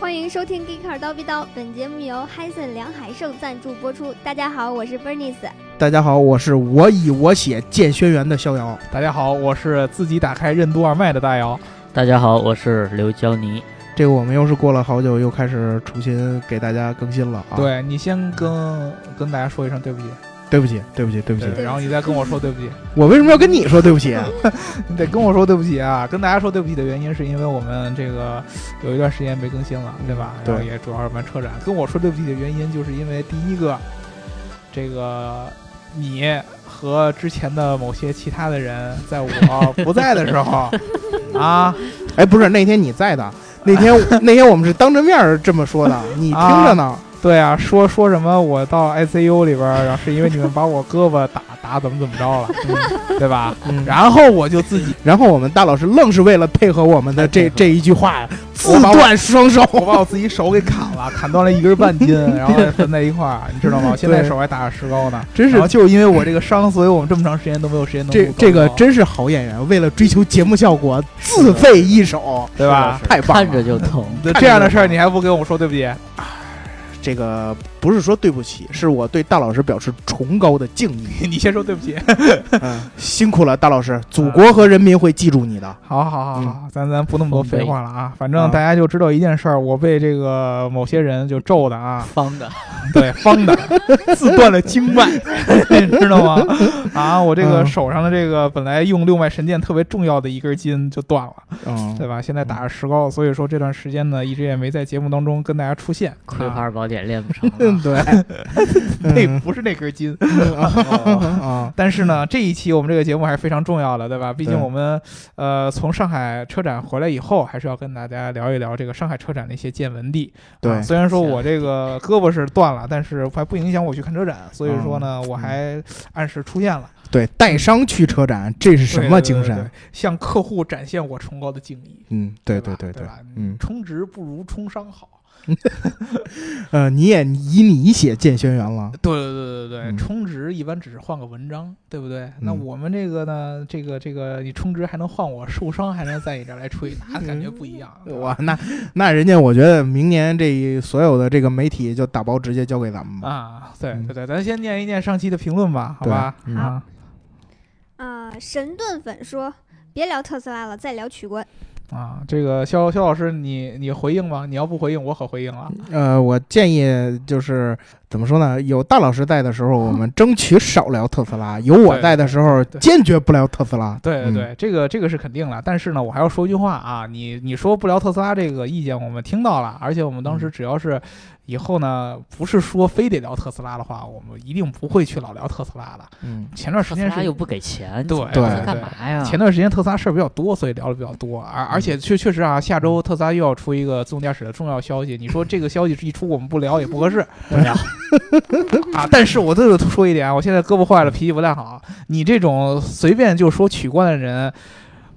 欢迎收听《Geeker 刀逼刀》，本节目由嗨森梁海胜赞助播出。大家好，我是 Bernice。大家好，我是我以我血见轩辕的逍遥。大家好，我是自己打开任督二脉的大姚。大家好，我是刘娇妮。这个我们又是过了好久，又开始重新给大家更新了啊！，对你先跟跟大家说一声对不起，对不起，对不起，对不起，然后你再跟我说 对不起，我为什么要跟你说对不起？啊你得跟我说对不起啊！跟大家说对不起的原因是因为我们这个有一段时间没更新了，对吧？嗯对然后也主要是玩车展。跟我说对不起的原因就是因为第一个，这个你和之前的某些其他的人，在我不在的时 候啊，哎，不是，那天你在的，那 天那天我们是当着面儿这么说的，啊你听着呢。对啊，说说什么我到 ICU 里边儿，然后是因为你们把我胳膊打 打怎么怎么着了，对吧？嗯，然后我就自己然后我们大老师愣是为了配合我们的这这一句话呀，自我把我断双 手。我把我自己手给砍了，砍断了一根 半斤，然后分在一块儿，你知道吗？我现在手还打着石膏呢。真然后是就是因为我这个伤，所以我们这么长时间都没有时间弄这录这个广告真是好演员，为了追求节目效果自费一手，对吧？太棒看着了！就疼，这这样的事儿你还不跟我说对不起？ 这个不是说对不起，是我对大老师表示崇高的敬意。你先说对不起。嗯，辛苦了，大老师，祖国和人民会记住你的。好好好好，嗯咱咱不那么多废话了啊！反正啊大家就知道一件事儿，我被这个某些人就咒的啊，方的。 对，方的自断了经脉， 你知道吗？啊，我这个嗯手上的这个本来用六脉神剑特别重要的一根筋就断了。对嗯，，吧？现在打着石膏，所以说这段时间呢，一直也没在节目当中跟大家出现。葵啊花宝典练不成了 对，嗯那不是那根筋 啊！但是呢，这一期我们这个节目还是非常重要的，对吧？毕竟对我们呃从上海车展回来以后，还是要跟大家聊一聊这个上海车展的一些见闻地。对啊，虽然说我这个胳膊是断了，但是还不影响我去看车展，所以说嗯呢，我还按时出现了。对，带伤去车展，这是什么精对？对对神对？向客户展现我崇高的敬意。嗯，对对吧对对吧嗯，充值不如充商好。呃，你也以你一血见轩辕了，对对对对对，嗯充值一般只是换个文章，对不对？那嗯我们这个呢，这个这个，你充值还能换我受伤，还能在你这儿来吹，那感觉不一样。对吧哇，那那人家我觉得明年这一所有的这个媒体就打包直接交给咱们吧。啊，对嗯对对，咱先念一念上期的评论吧，好对吧？嗯啊，啊、神盾粉说：“别聊特斯拉了，再聊取关。啊，这个肖肖老师，你你回应吗？你要不回应，我可回应了。呃，我建议就是怎么说呢？有大老师在的时候，我们争取少聊特斯拉；有我对在的时候，嗯对对坚决不聊特斯拉。对对嗯对，，这个这个是肯定了。但是呢，我还要说一句话啊，你你说不聊特斯拉这个意见，我们听到了，而且我们当时只要是以后呢，不是说非得聊特斯拉的话，我们一定不会去老聊特斯拉的。嗯，前段时特斯间拉是又不给钱，对你对这干嘛呀？前段时间特斯拉事儿比较多，所以聊的比较多，而而且确确实啊，下周特斯拉又要出一个自动驾驶的重要消息。你说这个消息一出，我们不聊也不合适，不聊 啊。但是我这个说一点啊，我现在胳膊坏了，脾气不太好。你这种随便就说取关的人，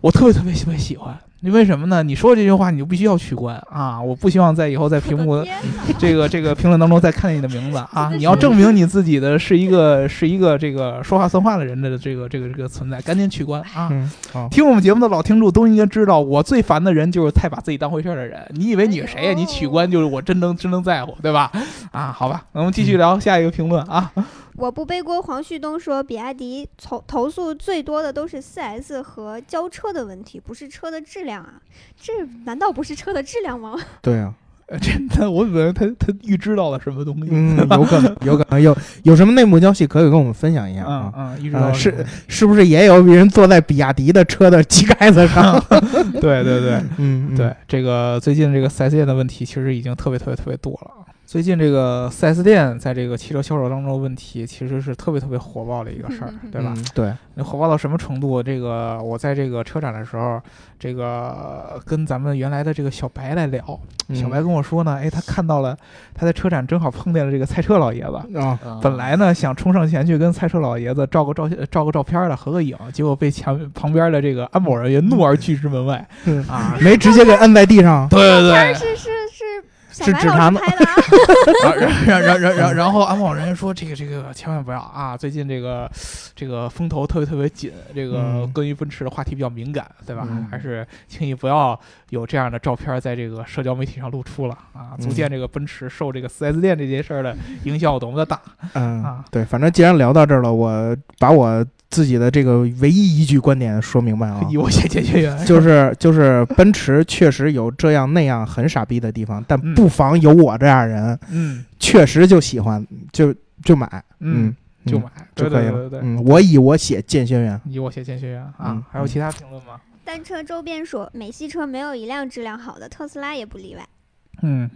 我特别特别特别喜欢。因为什么呢？你说这句话，你就必须要取关啊！我不希望在以后在屏 幕天这个这个评论当中再看见你的名字啊！你要证明你自己的是一个是一个这个说话算话的人的这个这个这个存在，赶紧取关啊！嗯，好，听我们节目的老听众都应该知道，我最烦的人就是太把自己当回事儿的人。你以为你是谁呀、哎呦你取关就是我真能真能在乎，对吧？啊，好吧，那我们继续聊下一个评论啊。我不背锅。黄旭东说，比亚迪投投诉最多的都是 4S 和交车的问题，不是车的质量啊。这难道不是车的质量吗？对啊，呃真的，我以为他他预知到了什么东西。嗯，有可能，有可能有有什么内幕消息可以跟我们分享一下嗯啊？嗯，预知到了呃什么是不是也有人坐在比亚迪的车的膝盖子上？ 对对对 嗯，嗯对，，这个最近这个 4S 店的问题其实已经特别特别特别多了。最近这个 4S 店在这个汽车销售当中的问题其实是特别特别火爆的一个事儿，对吧？嗯？对，那火爆到什么程度？这个我在这个车展的时候，这个跟咱们原来的这个小白来聊，嗯小白跟我说呢，哎，他看到了，他在车展正好碰见了这个赛车老爷子。啊，嗯本来呢想冲上前去跟赛车老爷子照个照照个照片的合个影，结果被墙旁边的这个安保人员怒而拒之门外嗯 啊啊！没直接给摁在地上。对对 但是对是是小是白指老他师们拍的 啊，然然然然然后安保人员说这个这个千万不要啊！最近这个这个风头特别特别紧，这个嗯关于奔驰的话题比较敏感，对吧？嗯还是轻易不要有这样的照片在这个社交媒体上露出了啊！嗯足见这个奔驰受这个 4S 店这件事儿的影响有多么的大。嗯啊，对，反正既然聊到这儿了，我把我自己的这个唯一一句观点说明白啊，以我解决学 员就是就是奔驰确实有这样那样很傻逼的地方，但嗯不妨有我这样人，嗯确实就喜欢就就买，嗯，就买，对就可以对了对对，对嗯，我以我写见轩 辕，以我写前学员啊嗯！还有其他评论吗？单车周边说，美系车没有一辆质量好的，特斯拉也不例外。嗯，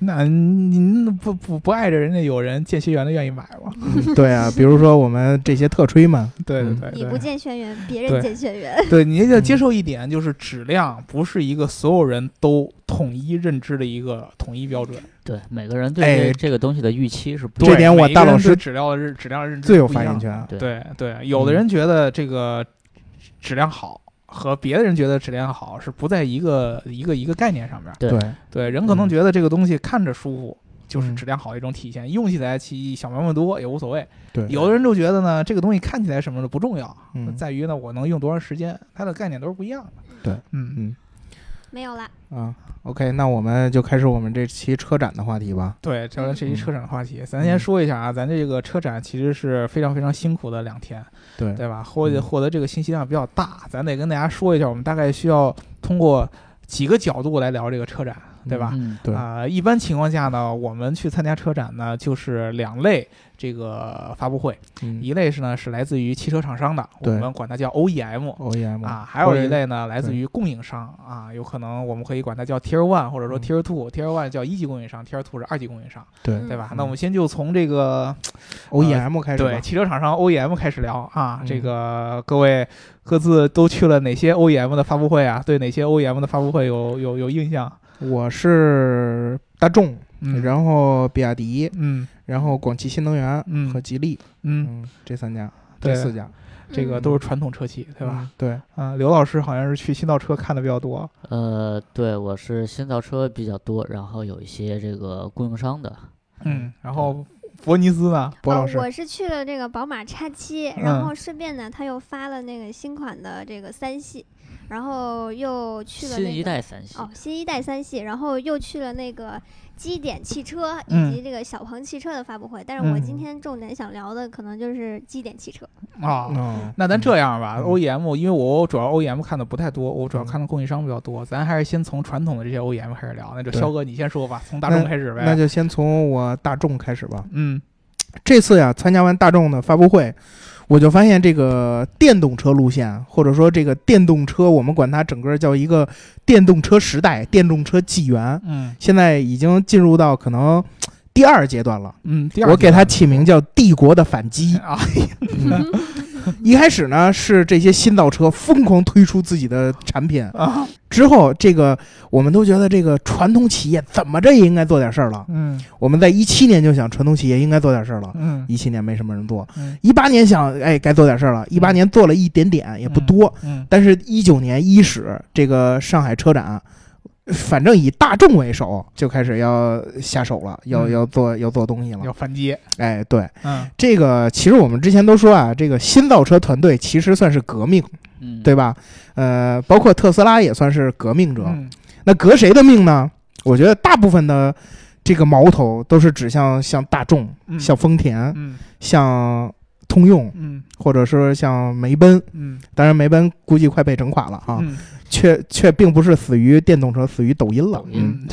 那您不不不碍着人家有人见学员的愿意买吗？ 嗯对啊，比如说我们这些特吹嘛，对对嗯对，你对不见轩辕，别对人见轩 辕。对，你要嗯接受一点，就是质量不是一个所有人都统一认知的一个统一标准。对，每个人对哎这这个东西的预期是不这一对样点我每个大老人对师质量的认质量认知最有不一发言样。权。嗯对对对，有的人觉得这个质量好。和别的人觉得质量好是不在一个一个一个概念上面儿，对对，对人可嗯能觉得这个东西看着舒服就是嗯质量好的一种体现，用起来其小毛病多也无所谓。对有的人就觉得呢，这个东西看起来什么的不重要，嗯在于呢我能用多长时间，它的概念都是不一样的。对，嗯嗯没有啦，啊，OK，那我们就开始我们这期车展的话题吧。对，这嗯是一车展的话题，咱嗯先说一下啊，咱这个车展其实是非常非常辛苦的两天，对，对吧？获嗯获得这个信息量比较大，咱得跟大家说一下，我们大概需要通过几个角度来聊这个车展，对吧？嗯，对啊、一般情况下呢，我们去参加车展呢，就是两类这个发布会，嗯一类是呢是来自于汽车厂商的，我对们管它叫 OEM。 ，OEM 啊，还有或者一类呢，来自对于供应商啊，有可能我们可以管它叫 Tier One，或者说嗯 Tier Two，Tier One 叫一级供应商，Tier Two 是二级供应商。对嗯对吧？嗯那我们先就从这个 OEM 开始对吧。汽车厂商 OEM 开始聊啊。嗯这个各位各自都去了哪些 OEM 的发布会啊？对哪些 OEM 的发布会有有有印象？我是大众，嗯，然后比亚迪，嗯然后广汽新能源嗯和吉利，嗯，嗯，这三家，对这四家，这个嗯都是传统车企，对吧？嗯？对，啊，刘老师好像是去新造车看的比较多。嗯呃，对，我是新造车比较多，然后有一些这个供应商的，嗯，然后伯尼兹呢？博哦老师，我是去了这个宝马叉七，嗯然后顺便呢，他又发了那个新款的这个三系，然后又去了、那个、新一代三系，哦，新一代三系，然后又去了那个基点汽车嗯以及这个小鹏汽车的发布会。但是我嗯今天重点想聊的可能就是基点汽车。啊。哦那咱这样吧、嗯 o e m 因为我主要 OEM 看的不太多，我主要嗯看的供应商比较多，咱还是先从传统的这些 OEM 开始聊。那就对肖哥你先说吧，从大众开始呗。嗯那就先从我大众开始吧。嗯这次呀，参加完大众的发布会，我就发现这个电动车路线，或者说这个电动车，我们管它整个叫一个电动车时代、电动车纪元，嗯现在已经进入到可能第二阶段了。嗯，第二我给它阶起名叫“帝国的反击”。段啊，一开始呢，是这些新造车疯狂推出自己的产品，啊，之后这个我们都觉得这个传统企业怎么着也应该做点事儿了。嗯我们在一七年就想传统企业应该做点事儿了，嗯一七年没什么人做嗯，一八年想哎该做点事儿了，一八年做了一点点也不多，嗯但是一九年伊始这个上海车展。反正以大众为首，就开始要下手了，要嗯要做要做东西了要。反击，哎，对，嗯这个其实我们之前都说啊，这个新造车团队其实算是革命，嗯，对吧？呃，包括特斯拉也算是革命者。嗯那革谁的命呢？我觉得大部分的这个矛头都是指向像大众、嗯像丰田、嗯像通用，嗯或者说像梅奔。嗯当然，梅奔估计快被整垮了啊，嗯却却并不是死于电动车，死于抖音了。嗯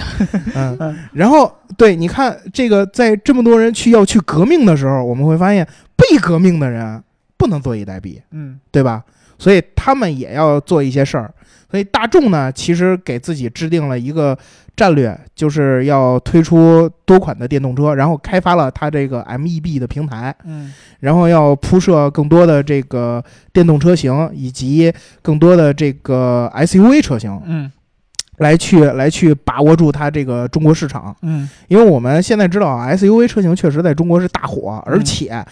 嗯嗯，然后对，你看这个，在这么多人去要去革命的时候，我们会发现被革命的人不能坐以待毙。嗯对吧？所以他们也要做一些事儿。所以大众呢，其实给自己制定了一个战略，就是要推出多款的电动车，然后开发了它这个 MEB 的平台，嗯然后要铺设更多的这个电动车型以及更多的这个 SUV 车型，嗯来去来去把握住它这个中国市场。嗯因为我们现在知道啊，SUV 车型确实在中国是大火，而且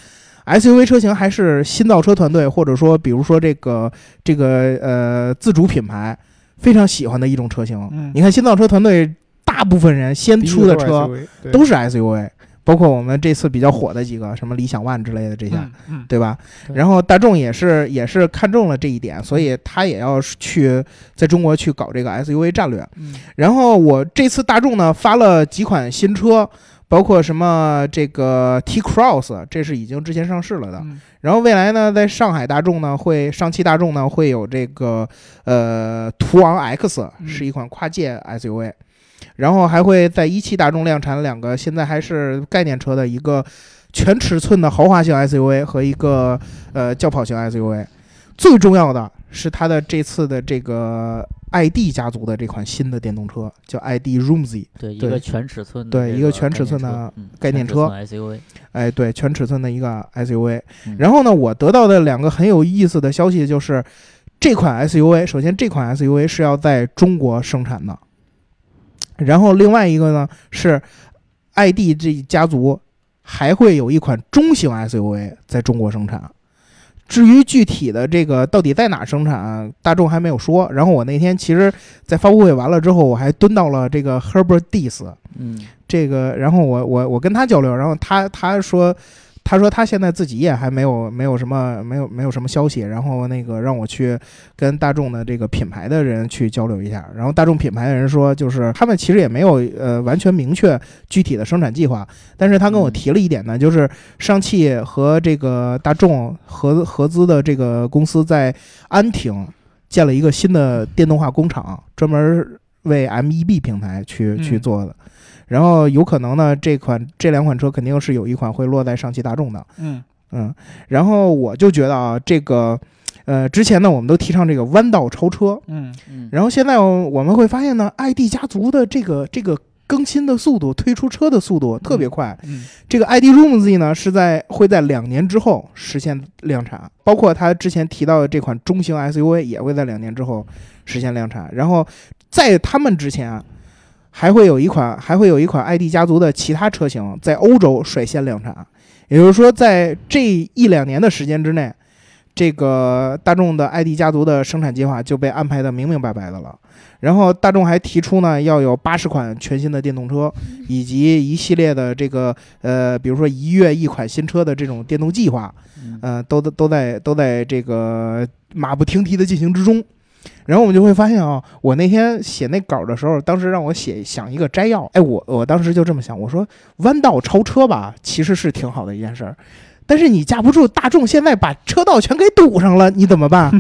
SUV 车型还是新造车团队或者说比如说这个这个呃自主品牌非常喜欢的一种车型。嗯你看新造车团队大部分人先第一出个的车 SUV 对都是 SUV，包括我们这次比较火的几个，什么理想 ONE 之类的这些，嗯嗯，对吧？对然后大众也是也是看中了这一点，所以他也要去在中国去搞这个 SUV 战略。嗯然后我这次大众呢发了几款新车，包括什么这个 T Cross，这是已经之前上市了的。嗯然后未来呢，在上海大众呢会上汽大众呢会有这个呃途昂 X 嗯是一款跨界 SUV。然后还会在一汽大众量产两个现在还是概念车的一个全尺寸的豪华型 SUV 和一个呃轿跑型 SUV。最重要的是它的这次的这个 ID 家族的这款新的电动车叫 ID Roomzy，对，一对个全尺寸的对这一个全尺寸的概概念念车车嗯全尺寸 SUV，哎，对，全尺寸的一个 SUV 嗯。然后呢，我得到的两个很有意思的消息就是，这款 SUV，首先这款 SUV 是要在中国生产的，然后另外一个呢是 ID 这家族还会有一款中型 SUV 在中国生产。至于具体的这个到底在哪生产，大众还没有说。然后我那天其实，在发布会完了之后，我还蹲到了这个 Herbert Diess，嗯，这个，然后我我我跟他交流，然后他他说。他说他现在自己也还没有没有什么没有没有什么消息，然后那个让我去跟大众的这个品牌的人去交流一下，然后大众品牌的人说就是他们其实也没有呃完全明确具体的生产计划，但是他跟我嗯提了一点呢，就是上汽和这个大众合合资的这个公司在安亭建了一个新的电动化工厂，专门为 MEB 平台去去嗯做的。然后有可能呢，这款这两款车肯定是有一款会落在上汽大众的，嗯嗯，然后我就觉得啊，这个，呃，之前呢我们都提倡这个弯道超车，嗯嗯然后现在我们会发现呢，ID 家族的这个这个更新的速度，推出车的速度特别快，嗯这个 ID Room Z 呢是在会在两年之后实现量产，包括他之前提到的这款中型 SUV 也会在两年之后实现量产。然后在他们之前啊，还会有一款还会有一款 ID 家族的其他车型在欧洲率先量产，也就是说，在这一两年的时间之内，这个大众的 ID 家族的生产计划就被安排的明明白白的了。然后大众还提出呢，要有八十款全新的电动车，以及一系列的这个呃，比如说一月一款新车的这种电动计划，嗯呃，都在都在都在这个马不停蹄的进行之中。然后我们就会发现啊，我那天写那稿的时候，当时让我写想一个摘要，哎，我我当时就这么想，我说弯道超车吧，其实是挺好的一件事儿，但是你架不住大众现在把车道全给堵上了，你怎么办？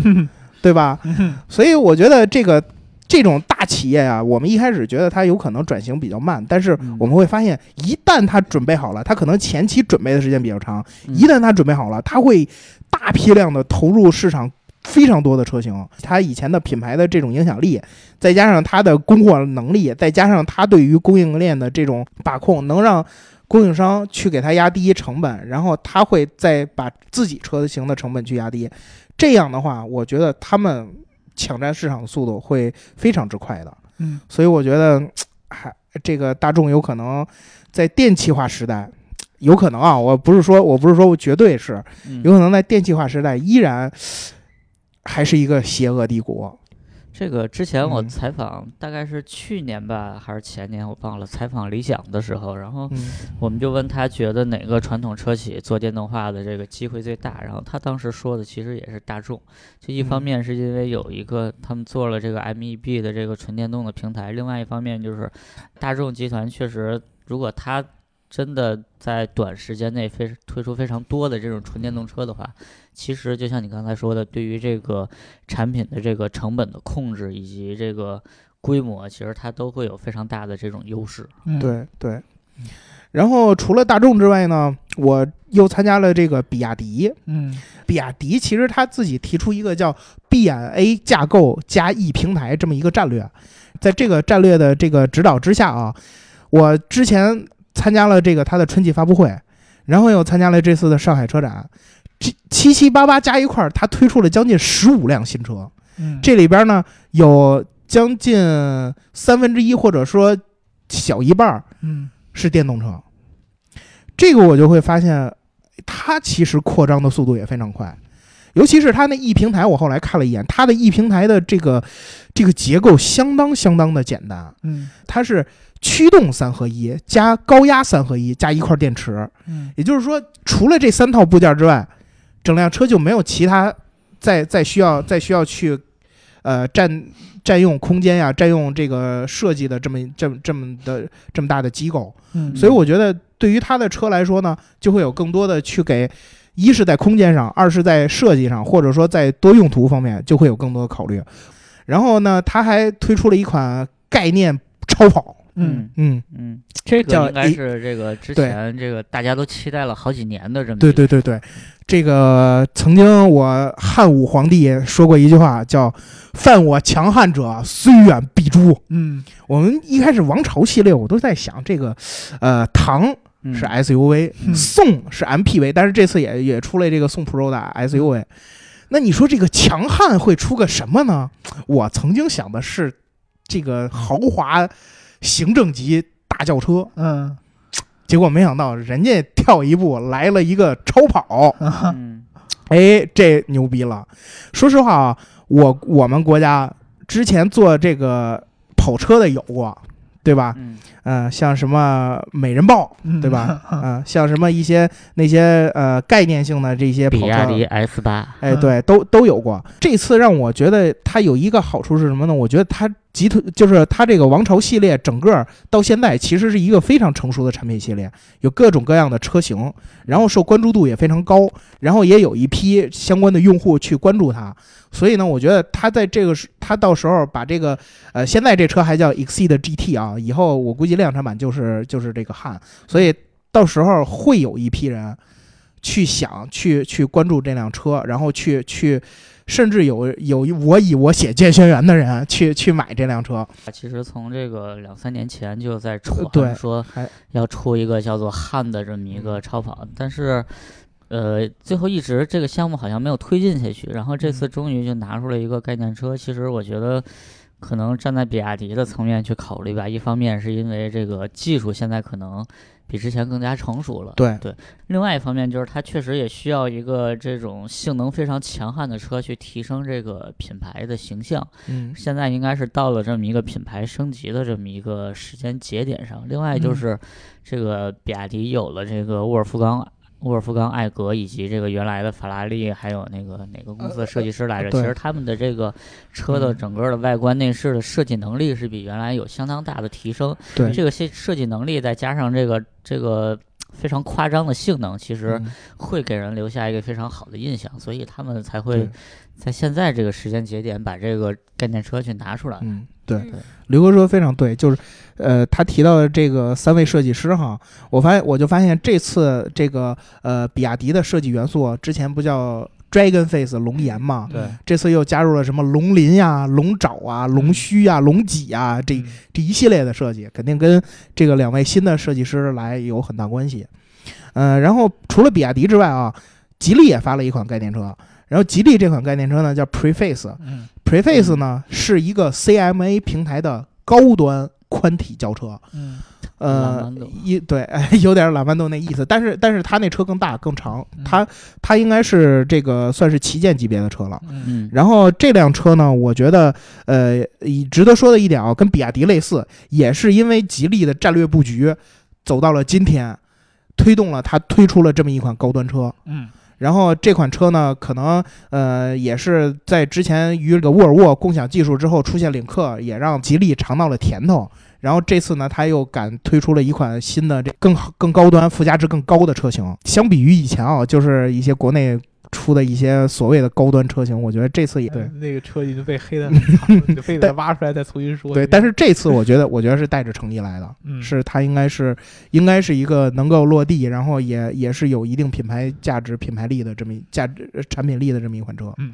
对吧？所以我觉得这个这种大企业啊，我们一开始觉得它有可能转型比较慢，但是嗯我们会发现，一旦它准备好了，它可能前期准备的时间比较长，嗯一旦它准备好了，它会大批量的投入市场。非常多的车型，它以前的品牌的这种影响力，再加上它的供货能力，再加上它对于供应链的这种把控，能让供应商去给它压低成本，然后它会再把自己车型的成本去压低。这样的话，我觉得他们抢占市场的速度会非常之快的。嗯，所以我觉得，还这个大众有可能在电气化时代，有可能啊，我不是说我不是说我绝对是，嗯有可能在电气化时代依然 还是一个邪恶帝国。这个之前我嗯采访，大概是去年吧，还是前年，我忘了。采访理想的时候，然后嗯我们就问他觉得哪个传统车企做电动化的这个机会最大，然后他当时说的其实也是大众。就一方嗯面是因为有一个他们做了这个 MEB 的这个纯电动的平台，另外一方面就是大众集团确实，如果它真的在短时间内非推出非常多的这种纯电动车的话，其实就像你刚才说的，对于这个产品的这个成本的控制以及这个规模，其实它都会有非常大的这种优势。嗯，对对。然后除了大众之外呢，我又参加了这个比亚迪。嗯比亚迪其实他自己提出一个叫 B&A 架构加 E 平台这么一个战略，在这个战略的这个指导之下啊，我之前参加了这个他的春季发布会，然后又参加了这次的上海车展，这七七八八加一块儿，他推出了将近十五辆新车，嗯，这里边呢有将近三分之一或者说小一半儿嗯是电动车，这个我就会发现，它其实扩张的速度也非常快，尤其是它那 E 平台，我后来看了一眼，它的 E 平台的这个这个结构相当相当的简单，嗯它是驱动三合一加高压三合一加一块电池，嗯也就是说，除了这三套部件之外，整辆车就没有其他再再需要再需要去呃占占用空间呀、占用这个设计的这么这么这么的这么大的机构。嗯，所以我觉得对于它的车来说呢，就会有更多的去给，一是在空间上，二是在设计上，或者说在多用途方面就会有更多的考虑。然后呢，它还推出了一款概念超跑，嗯，嗯，嗯，这这个叫应该一是这个之对前这个大家都期待了好几年的这么对一个对对对，这个曾经我汉武皇帝说过一句话，叫“犯我强汉者，虽远必诛”。嗯，我们一开始王朝系列，我都在想这个，呃，唐嗯是 SUV，、嗯宋是 MPV，但是这次也也出了这个宋 Pro 的 SUV。那你说这个强悍会出个什么呢？我曾经想的是这个豪华行政级大轿车，嗯，结果没想到人家跳一步来了一个超跑，嗯哎，这牛逼了！说实话啊，我我们国家之前做这个跑车的有过，对吧？嗯嗯、像什么美人豹，嗯对吧？啊、像什么一些那些呃概念性的这些跑啊比车，亚迪 S 八，哎，嗯对，都都有过。这次让我觉得它有一个好处是什么呢？我觉得它集团就是它这个王朝系列整个到现在其实是一个非常成熟的产品系列，有各种各样的车型，然后受关注度也非常高，然后也有一批相关的用户去关注它。所以呢，我觉得它在这个时它到时候把这个呃现在这车还叫 Exceed GT 啊，以后我估计量产版就是就是这个汉，所以到时候会有一批人。去想去去关注这辆车，然后去去，甚至有有我以我写荐宣言的人啊去去买这辆车，其实从这个两三年前就在呃对传说还嗯要出一个叫做汉的这么一个超跑，但是。呃，最后一直这个项目好像没有推进下去，然后这嗯次终于就拿出了一个概念车。其实我觉得，可能站在比亚迪的层面去考虑吧，一方面是因为这个技术现在可能比之前更加成熟了，对对。另外一方面就是它确实也需要一个这种性能非常强悍的车去提升这个品牌的形象。嗯现在应该是到了这么一个品牌升级的这么一个时间节点上。另外就嗯是，这个比亚迪有了这个沃尔夫冈。沃尔夫冈·艾格以及这个原来的法拉利，还有那个哪个公司的设计师来着？呃对其实他们的这个车的嗯整个的外观内饰的设计能力是比原来有相当大的提升。对这个设设计能力再加上这个这个非常夸张的性能，其实嗯会给人留下一个非常好的印象，所以他们才会对在现在这个时间节点把这个概念车去拿出来。嗯对嗯，刘哥说得非常对，就是呃他提到的这个三位设计师哈，我发现我就发现这次这个呃比亚迪的设计元素啊之前不叫 Dragon Face 龙岩嘛，对，这次又加入了什么龙鳞呀、龙爪啊、龙须呀、龙脊啊这这一系列的设计，肯定跟这个两位新的设计师来有很大关系。呃，然后除了比亚迪之外啊，吉利也发了一款概念车，然后吉利这款概念车呢叫 Preface，Preface 嗯呢是一个 CMA 平台的高端宽体轿车，嗯拉呃曼斗，一对， 哎，有点拉曼斗那意思，但是但是它那车更大更长，嗯它它应该是这个算是旗舰级别的车了。嗯嗯，然后这辆车呢，我觉得呃，以值得说的一点啊，跟比亚迪类似，也是因为吉利的战略布局走到了今天，推动了它推出了这么一款高端车。嗯然后这款车呢，可能呃也是在之前与这个沃尔沃共享技术之后出现领克，也让吉利尝到了甜头。然后这次呢，它又敢推出了一款新的这更好、更高端、附加值更高的车型。相比于以前啊，就是一些国内出的一些所谓的高端车型，我觉得这次也对。那个车已经 被黑的很惨了，就非得挖出来再重新说一遍。对，但是这次我觉得，我觉得是带着诚意来的，嗯是它应该是应该是一个能够落地，然后也也是有一定品牌价值、品牌力的这么一价值呃产品力的这么一款车。嗯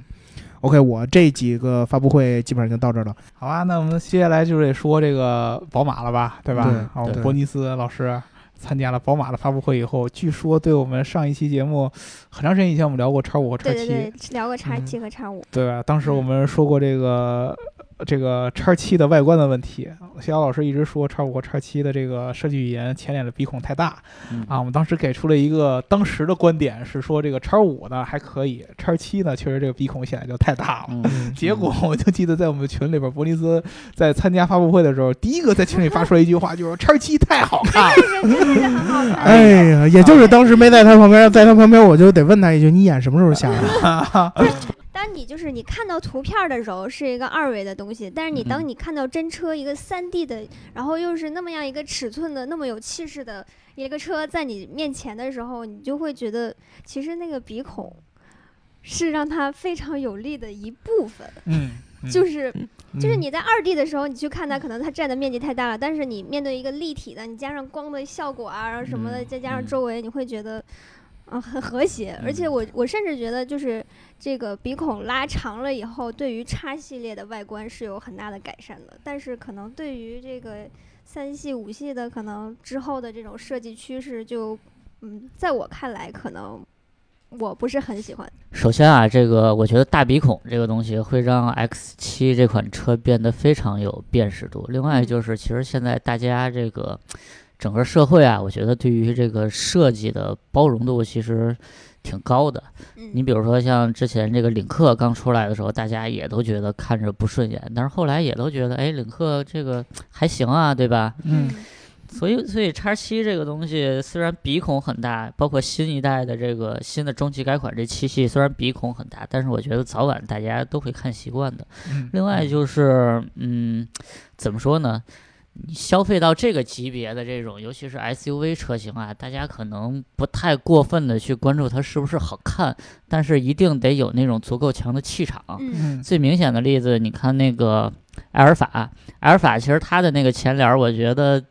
，OK，我这几个发布会基本上就到这儿了。好吧，那我们接下来就是得说这个宝马了吧，对吧？对啊，我们对伯尼斯老师参加了宝马的发布会以后，据说对我们上一期节目呃很长时间以前我们聊过叉五和叉对七，对对，聊个叉 嗯七和叉五， 对吧？当时我们说过这个这个叉七的外观的问题。逍遥老师一直说叉五和叉七的这个设计语言前脸的鼻孔太大，嗯哦啊，我们当时给出了一个当时的观点是说，这个叉五呢还可以，叉七呢确实这个鼻孔显然就太大了。嗯结果我就记得在我们群里边，伯尼斯在参加发布会的时候，第一个在群里发出来一句话，就是“叉七太好看了 这个真的是很好看。哎呀，也就是当时没在他旁边，在他旁边我就得问他一句：“你眼什么时候瞎嗯的当你就是你看到图片儿的时候是一个二维的东西，但是你当嗯你看到真车一个三 D 的，然后又是那么样一个尺寸的、那么有气势的一个车在你面前的时候，你就会觉得其实那个鼻孔是让它非常有力的一部分，”嗯，就是就是嗯你在二 D 的时候，你去看它，可能它占的面积太大了，但是你面对一个立体的，你加上光的效果啊，然后什么的，嗯再加上嗯周围，你会觉得，啊，很和谐。而且我我甚至觉得，就是这个鼻孔拉长了以后，对于叉系列的外观是有很大的改善的，但是可能对于这个三系、五系的，可能之后的这种设计趋势就，嗯，在我看来，可能我不是很喜欢。首先啊，这个我觉得大鼻孔这个东西会让 X 七这款车变得非常有辨识度。另嗯外就是，其实现在大家这个整个社会啊，我觉得对于这个设计的包容度其实挺高的。嗯，你比如说像之前这个领克刚出来的时候，大家也都觉得看着不顺眼，但是后来也都觉得，哎，领克这个还行啊，对吧？嗯所以，所以叉七这个东西虽然鼻孔很大，包括新一代的这个新的中期改款这七系，虽然鼻孔很大，但是我觉得早晚大家都会看习惯的。嗯另外就是，嗯，怎么说呢？你消费到这个级别的这种，尤其是 SUV 车型啊，大家可能不太过分的去关注它是不是好看，但是一定得有那种足够强的气场。嗯嗯最明显的例子，你看那个埃尔法，埃尔法其实它的那个前脸儿，我觉得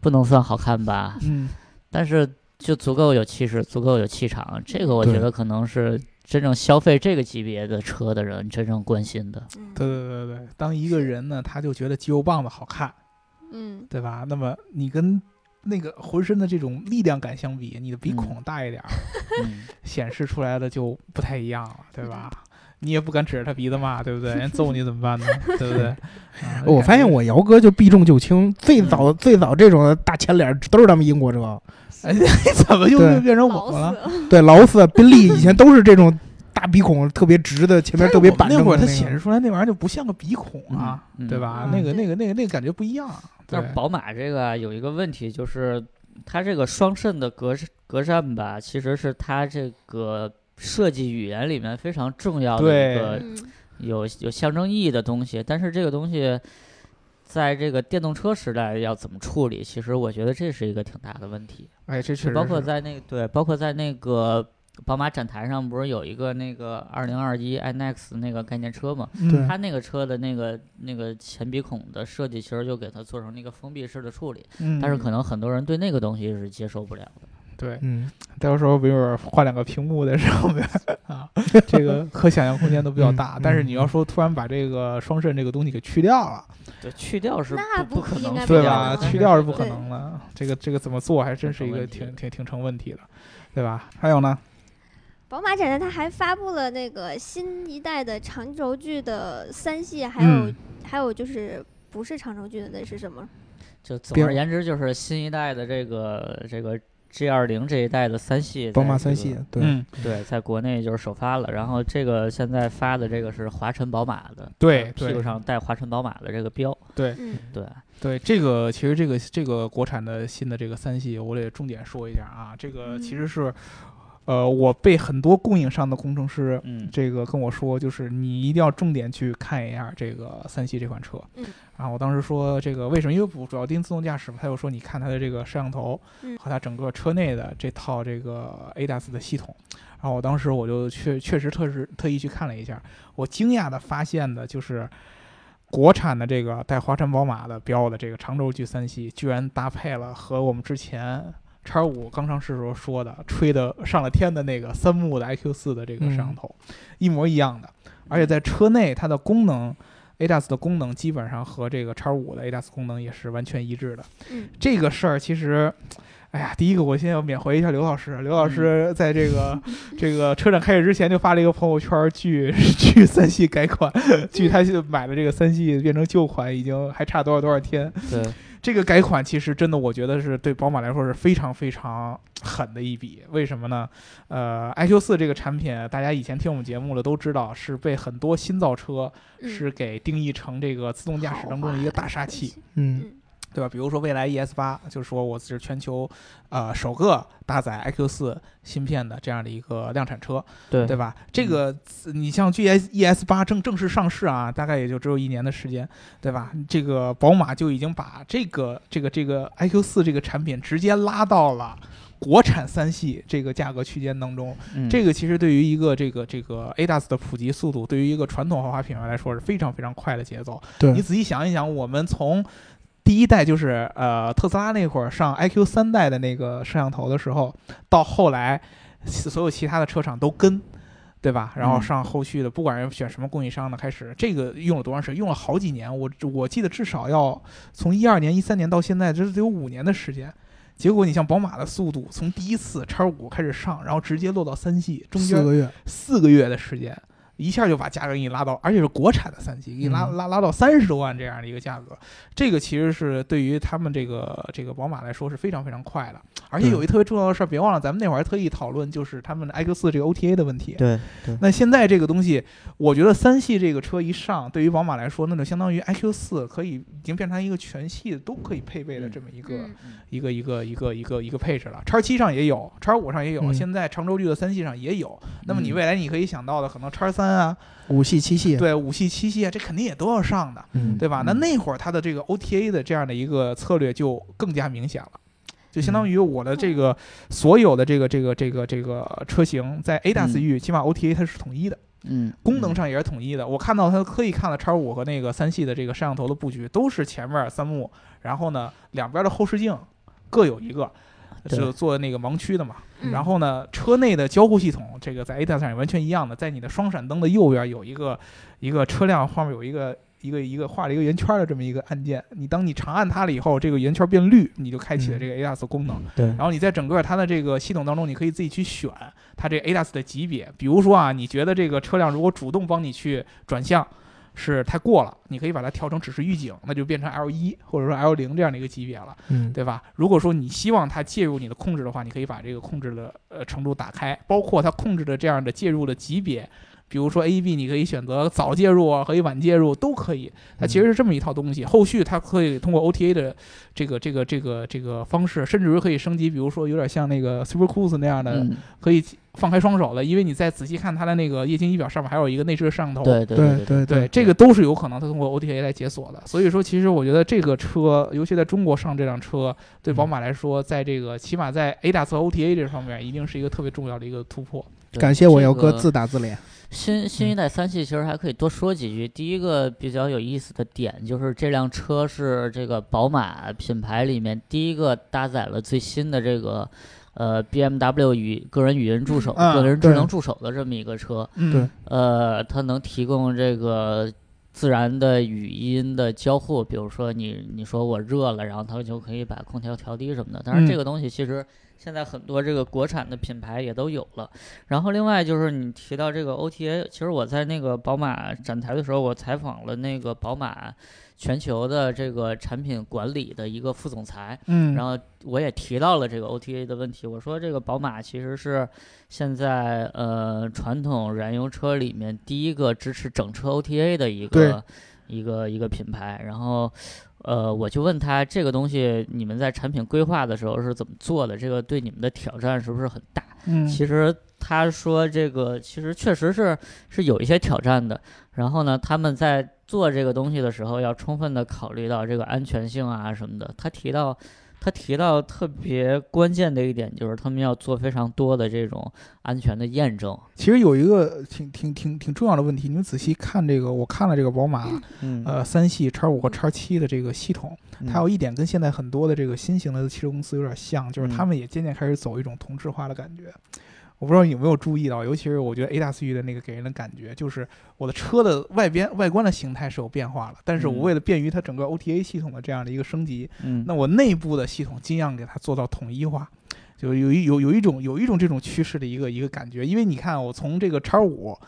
不能算好看吧，嗯但是就足够有气势，足够有气场。这个我觉对得可能是真正消费这个级别的车的人真正关心的。嗯对对对对对，当一个人呢，他就觉得肌肉棒子好看，嗯对吧？那么你跟那个浑身的这种力量感相比，你的鼻嗯孔大一点儿，嗯，显示出来的就不太一样了，对吧？你也不敢指着他鼻子骂，对不 对？人揍你怎么办呢？对不对？啊 我发现，我姚哥就避重就轻，最嗯早最早这种的大前脸都是他们英国车，感觉哎， 怎么就对变成老我了？死对，劳斯、宾利以前都是这种大鼻孔特别直的，前面特别板正那的会儿个它显示出来那玩意儿就不像个鼻孔啊，嗯嗯对吧？嗯那对个那个那个那个感觉不一样。对但是宝马这个啊有一个问题，就是它这个双肾的格格栅吧，其实是它这个设计语言里面非常重要的对一个嗯有有象征意义的东西，但是这个东西在这个电动车时代要怎么处理？其实我觉得这是一个挺大的问题，哎，这确实包括是在那个对，包括在那个宝马展台上不是有一个那个二零二一 iNEX 那个概念车嘛？嗯对它那个车的那个那个前鼻孔的设计，其实就给它做成那个封闭式的处理，嗯但是可能很多人对那个东西是接受不了的。对，嗯，到时候比如换两个屏幕在上面 啊，这个可想象空间都比较大嗯。但是你要说突然把这个双肾这个东西给去掉了，对，去掉是那不不啊可应能该去不对可掉吧？的能但去是掉是这不个可能的，这个这个怎么做还真是一成个问题挺挺挺成问题的，对吧？还有呢， 宝马展台它还发布了那个新一代的长轴距的三系，还有、嗯还有就是不是长轴距的那是什么？就总别而言之，就是新一代的这个这个 G 二零这一代的三系，宝在马这三个系，对，嗯，对，在国内就是首发了。然后这个现在发的这个是华晨宝马的，对呃屁股对上带华晨宝马的这个标，嗯，对，对这个，其实这个这个国产的新的这个三系，我得重点说一下啊。这个嗯其实是，呃，我被很多供应商的工程师嗯，这个跟我说，就是你一定要重点去看一下这个三系这款车。嗯。然后我当时说这个为什么？因为主主要盯自动驾驶嘛，他又说你看它的这个摄像头嗯和它整个车内的这套这个 ADAS 的系统。然后我当时我就确确实特是特意去看了一下，我惊讶的发现的就是。国产的这个带华晨宝马的标的这个长轴距三系，居然搭配了和我们之前叉五刚上市时候说的吹的上了天的那个三木的 IQ 四的这个摄像头、一模一样的，而且在车内它的功能 ADAS 的功能基本上和这个叉五的 ADAS 功能也是完全一致的。嗯这个事儿其实，哎呀，第一个我先要缅怀一下刘老师，刘老师在这个、这个车展开始之前就发了一个朋友圈，据据三系改款，据他买了这个三系变成旧款，已经还差多少多少天。对，这个改款其实真的，我觉得是对宝马来说是非常非常狠的一笔。为什么呢？呃，iQ 四这个产品，大家以前听我们节目了都知道，是被很多新造车嗯是给定义成这个自动驾驶当中的一个大杀器。，嗯嗯对吧？比如说未来 ES 八，就是说我是全球呃首个搭载 iQ 四芯片的这样的一个量产车，对对嗯吧？这个你像 GS ES 八正正式上市啊，大概也就只有一年的时间，对吧？这个宝马就已经把这个这个这个 iQ 四这个产品直接拉到了。国产三系这个价格区间当中，嗯这个其实对于一个这个这个 ADAS 的普及速度，对于一个传统豪华品牌来说是非常非常快的节奏。对你仔细想一想，我们从第一代就是呃特斯拉那会儿上 iQ 三代的那个摄像头的时候，到后来所有其他的车厂都跟。对吧？然后嗯上后续的，不管是选什么供应商的，开始这个用了多长时间？用了好几年，我我记得至少要从一二年、一三年到现在，这得有五年的时间。结果你像宝马的速度，从第一次叉五开始上，然后直接落到三系，中间四个月，四个月的时间，一下就把价格给你拉到，而且是国产的三级，给你拉嗯拉拉到三十多万这样的一个价格，这个其实是对于他们这个这个宝马来说是非常非常快的。而且对有一特别重要的事儿，别忘了咱们那会儿还特意讨论，就是他们的 iQ 四这个 OTA 的问题。对对那现在这个东西，我觉得三系这个车一上，对于宝马来说，那就相当于 iQ 四可以已经变成一个全系都可以配备的这么一个、嗯一个一个一个一个一个配置了。叉七上也有，叉五上也有，嗯现在长轴距的三系上也有。那么你嗯未来你可以想到的，可能叉三啊，五系七系，对五系、七系啊，这肯定也都要上的，嗯，对吧？那嗯那会儿它的这个 OTA 的这样的一个策略就更加明显了。就相当于我的这个所有的这个这个这个这个车型在 ADAS 嗯域，起码 OTA 它是统一的，嗯，功能上也是统一的。我看到它特意看了叉五和那个三系的这个摄像头的布局，都是前面三目，然后呢两边的后视镜各有一个，对是做那个盲区的嘛。嗯然后呢，车内的交互系统，这个在 ADAS 上也完全一样的，在你的双闪灯的右边有一个一个车辆后面有一个。一个一个画了一个圆圈的这么一个按键，你当你长按它了以后，这个圆圈变绿，你就开启了这个 ADAS 功能。对然后你在整个它的这个系统当中，你可以自己去选它这 ADAS 的级别。比如说啊，你觉得这个车辆如果主动帮你去转向是太过了，你可以把它调成指示预警，那就变成 L 一或者说 L 零这样的一个级别了，嗯，对吧？如果说你希望它介入你的控制的话，你可以把这个控制的呃程度打开，包括它控制的这样的介入的级别。比如说 A、B，你可以选择早介入啊，可以晚介入都可以。嗯它其实是这么一套东西，后续它可以通过 OTA 的这个这个这个这个方式，甚至于可以升级，比如说有点像那个 Super Cruise 那样的，嗯，可以放开双手的。因为你再仔细看它的那个液晶仪表上面还有一个内置摄像头，对对对对哦对，这个都是有可能它通过 OTA 来解锁的。所以说，其实我觉得这个车，尤其在中国上这辆车，对嗯宝马来说，在这个起码在 ADAS 和 OTA 这方面，一定是一个特别重要的一个突破。对感谢我姚哥这个自打自脸，新新一代三系其实还可以多说几句。第一个比较有意思的点就是这辆车是这个宝马品牌里面第一个搭载了最新的这个呃 BMW 语个人语音助手、嗯个人智对能助手的这么一个车。嗯呃，它能提供这个自然的语音的交互，比如说你你说我热了，然后它就可以把空调调低什么的。但是这嗯个东西其实现在很多这个国产的品牌也都有了。然后另外就是你提到这个 OTA，其实我在那个宝马展台的时候，我采访了那个宝马全球的这个产品管理的一个副总裁，嗯然后我也提到了这个 OTA 的问题，我说这个宝马其实是现在呃传统燃油车里面第一个支持整车 OTA 的一对个一个一个品牌。然后呃，我就问他这个东西你们在产品规划的时候是怎么做的？这个对你们的挑战是不是很大？嗯其实他说这个其实确实是是有一些挑战的。然后呢，他们在做这个东西的时候，要充分的考虑到这个安全性啊什么的。他提到。他提到特别关键的一点就是，他们要做非常多的这种安全的验证。其实有一个挺挺挺挺重要的问题，你们仔细看这个，我看了这个宝马嗯呃三系叉五和叉七的这个系统，它有一点跟现在很多的这个新型的汽车公司有点像，就是他嗯们也渐渐开始走一种同质化的感觉。我不知道你有没有注意到，尤其是我觉得 A 大 C 的那个给人的感觉，就是我的车的外边外观的形态是有变化了，但是嗯我为了便于它整个 OTA 系统的这样的一个升级，嗯，那我内部的系统尽量给它做到统一化，就有一有有一种有一种这种趋势的一个一个感觉，因为你看我从这个叉五。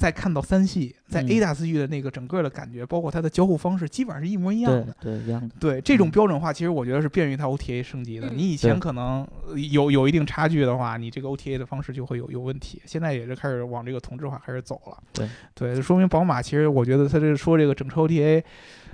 再看到三系，在嗯 A 大四域的那个整个的感觉，包括它的交互方式，基本上是一模一样的对。对一样的，对这种嗯标准化，其实我觉得是便于它 OTA 升级的。嗯你以前对可能呃有有一定差距的话，你这个 OTA 的方式就会有有问题。现在也是开始往这个同质化开始走了。对对，说明宝马其实我觉得它这说这个整车 OTA，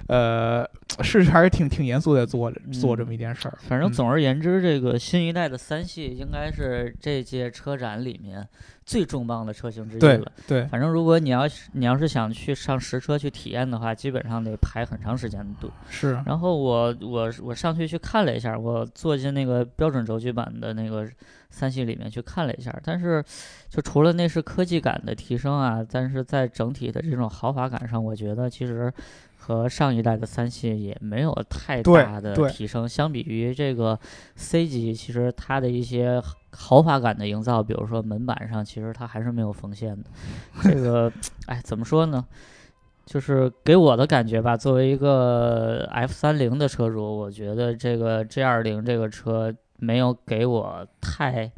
呃，是还是挺挺严肃在做做这么一件事儿。反正嗯总而言之，这个新一代的三系应该是这届车展里面最重磅的车型之一对了。对反正如果你要是你要是想去上实车去体验的话，基本上得排很长时间的队。是，然后我我我上去去看了一下，我坐进那个标准轴距版的那个三系里面去看了一下，但是就除了内饰科技感的提升啊，但是在整体的这种豪华感上，我觉得其实和上一代的三系也没有太对大的对提升。相比于这个 C 级，其实它的一些豪华感的营造，比如说门板上，其实它还是没有缝线的。这个，哎，怎么说呢？就是给我的感觉吧，作为一个 F 三零的车主，我觉得这个 G 二零这个车没有给我太，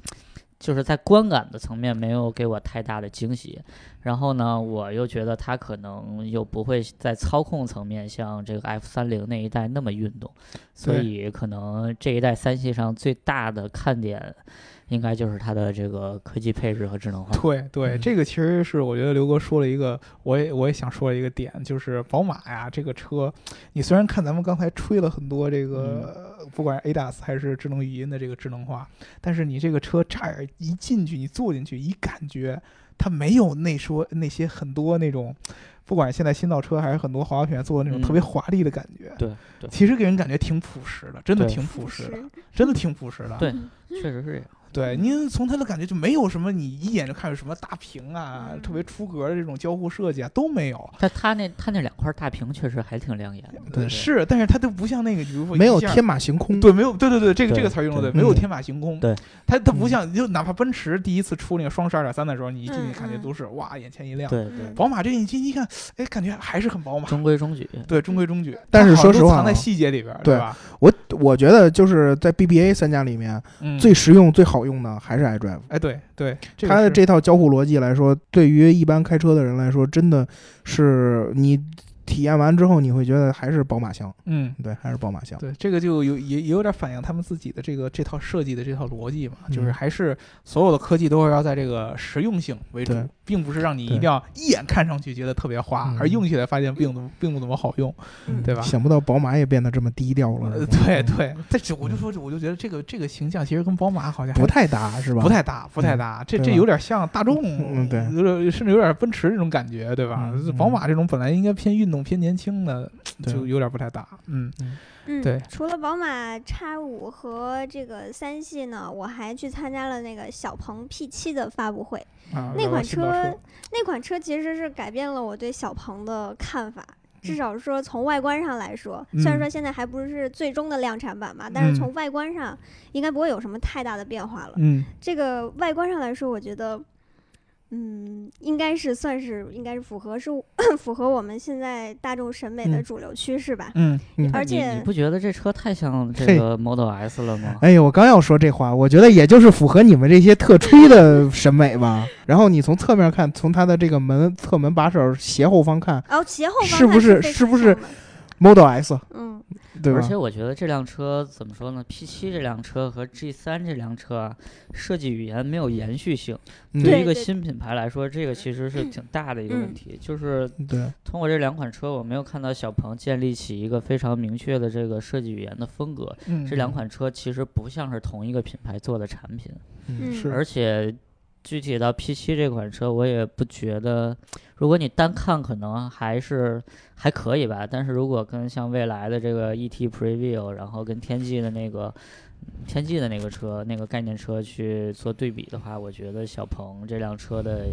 就是在观感的层面没有给我太大的惊喜。然后呢，我又觉得它可能又不会在操控层面像这个 F 三零那一代那么运动，所对以可能这一代三系上最大的看点，应该就是它的这个科技配置和智能化。对对，嗯这个其实是我觉得刘哥说了一个，我也我也想说的一个点，就是宝马呀这个车，你虽然看咱们刚才吹了很多这个、嗯不管是 ADAS 还是智能语音的这个智能化，但是你这个车差点一进去，你坐进去一感觉它没有那说那些很多那种，不管现在新造车还是很多豪华品牌做的那种嗯特别华丽的感觉，对对其实给人感觉挺朴实的，真的对挺朴朴实的实，真的挺朴实的。对确实是这样。对，嗯您从它的感觉就没有什么，你一眼就看有什么大屏啊，嗯特别出格的这种交互设计啊都没有。呃但他那他那两块大屏确实还挺亮眼的，对是，但是它就不像那个，比如说没有一下天马行空。对，没有，对对对，这个对这个词儿用的对，对没嗯有天马行空。对，它它不嗯像，就哪怕奔驰第一次出那个双十二点三的时候，你一进去嗯感觉嗯都是哇，眼前一亮。对对宝马这你进去一看，哎，感觉还是很宝马。中规中矩。对，中规中矩。但它是好说像实都话藏在啊细节里边儿，对吧？我我觉得就是在 BBA 三家里面嗯，最实用、最好用的还是 iDrive。哎，对对，个它的是这套交互逻辑来说，对于一般开车的人来说，真的是你体验完之后，你会觉得还是宝马香，嗯。对，还是宝马香。对，这个就有也也有点反映他们自己的这个这套设计的这套逻辑嘛，就是嗯还是所有的科技都是要在这个实用性为主对，并不是让你一对定要一眼看上去觉得特别花，嗯而用起来发现并不并不怎么好用。嗯对吧想不到宝马也变得这么低调了，呃，是吧对嗯对，但是我就说，我就觉得这个这个形象其实跟宝马好像还不太搭是吧？嗯不太搭，不太搭，这这对吧有点像大众，嗯对有点甚至有点奔驰这种感觉，对吧？嗯嗯宝马这种本来应该偏运动、偏年轻的，对就有点不太搭。嗯，嗯，对除了宝马叉五和这个三系呢，我还去参加了那个小鹏 P 7的发布会。啊，那款新造车，那款车其实是改变了我对小鹏的看法。至嗯少说从外观上来说，虽然嗯说现在还不是最终的量产版吧，但是嗯从外观上应该不会有什么太大的变化了。嗯，这个外观上来说，我觉得，嗯，应该是算是应该是符合是 符合我们现在大众审美的嗯主流趋势吧。嗯，嗯而你你且不觉得这车太像这嘿个 Model S 了吗？哎呦，我刚要说这话，我觉得也就是符合你们这些特吹的审美吧。然后你从侧面看，从它的这个门侧门把手斜后方看然后哦斜后方是不看是非是常不是像的？ ，Model S 嗯，对吧而？且我觉得这辆车怎么说呢？P 7这辆车和 G 3这辆车啊，设计语言没有延续性。嗯对于对一个对新品牌来说，这个其实是挺大的一个问题。就是对，通过这两款车，我没有看到小鹏建立起一个非常明确的这个设计语言的风格。嗯这两款车其实不像是同一个品牌做的产品。嗯是而且具体到 P 7这款车，我也不觉得，如果你单看可能还是还可以吧，但是如果跟像未来的这个 ET Preview，然后跟天际的那个天际的那个车那个概念车去做对比的话，我觉得小鹏这辆车的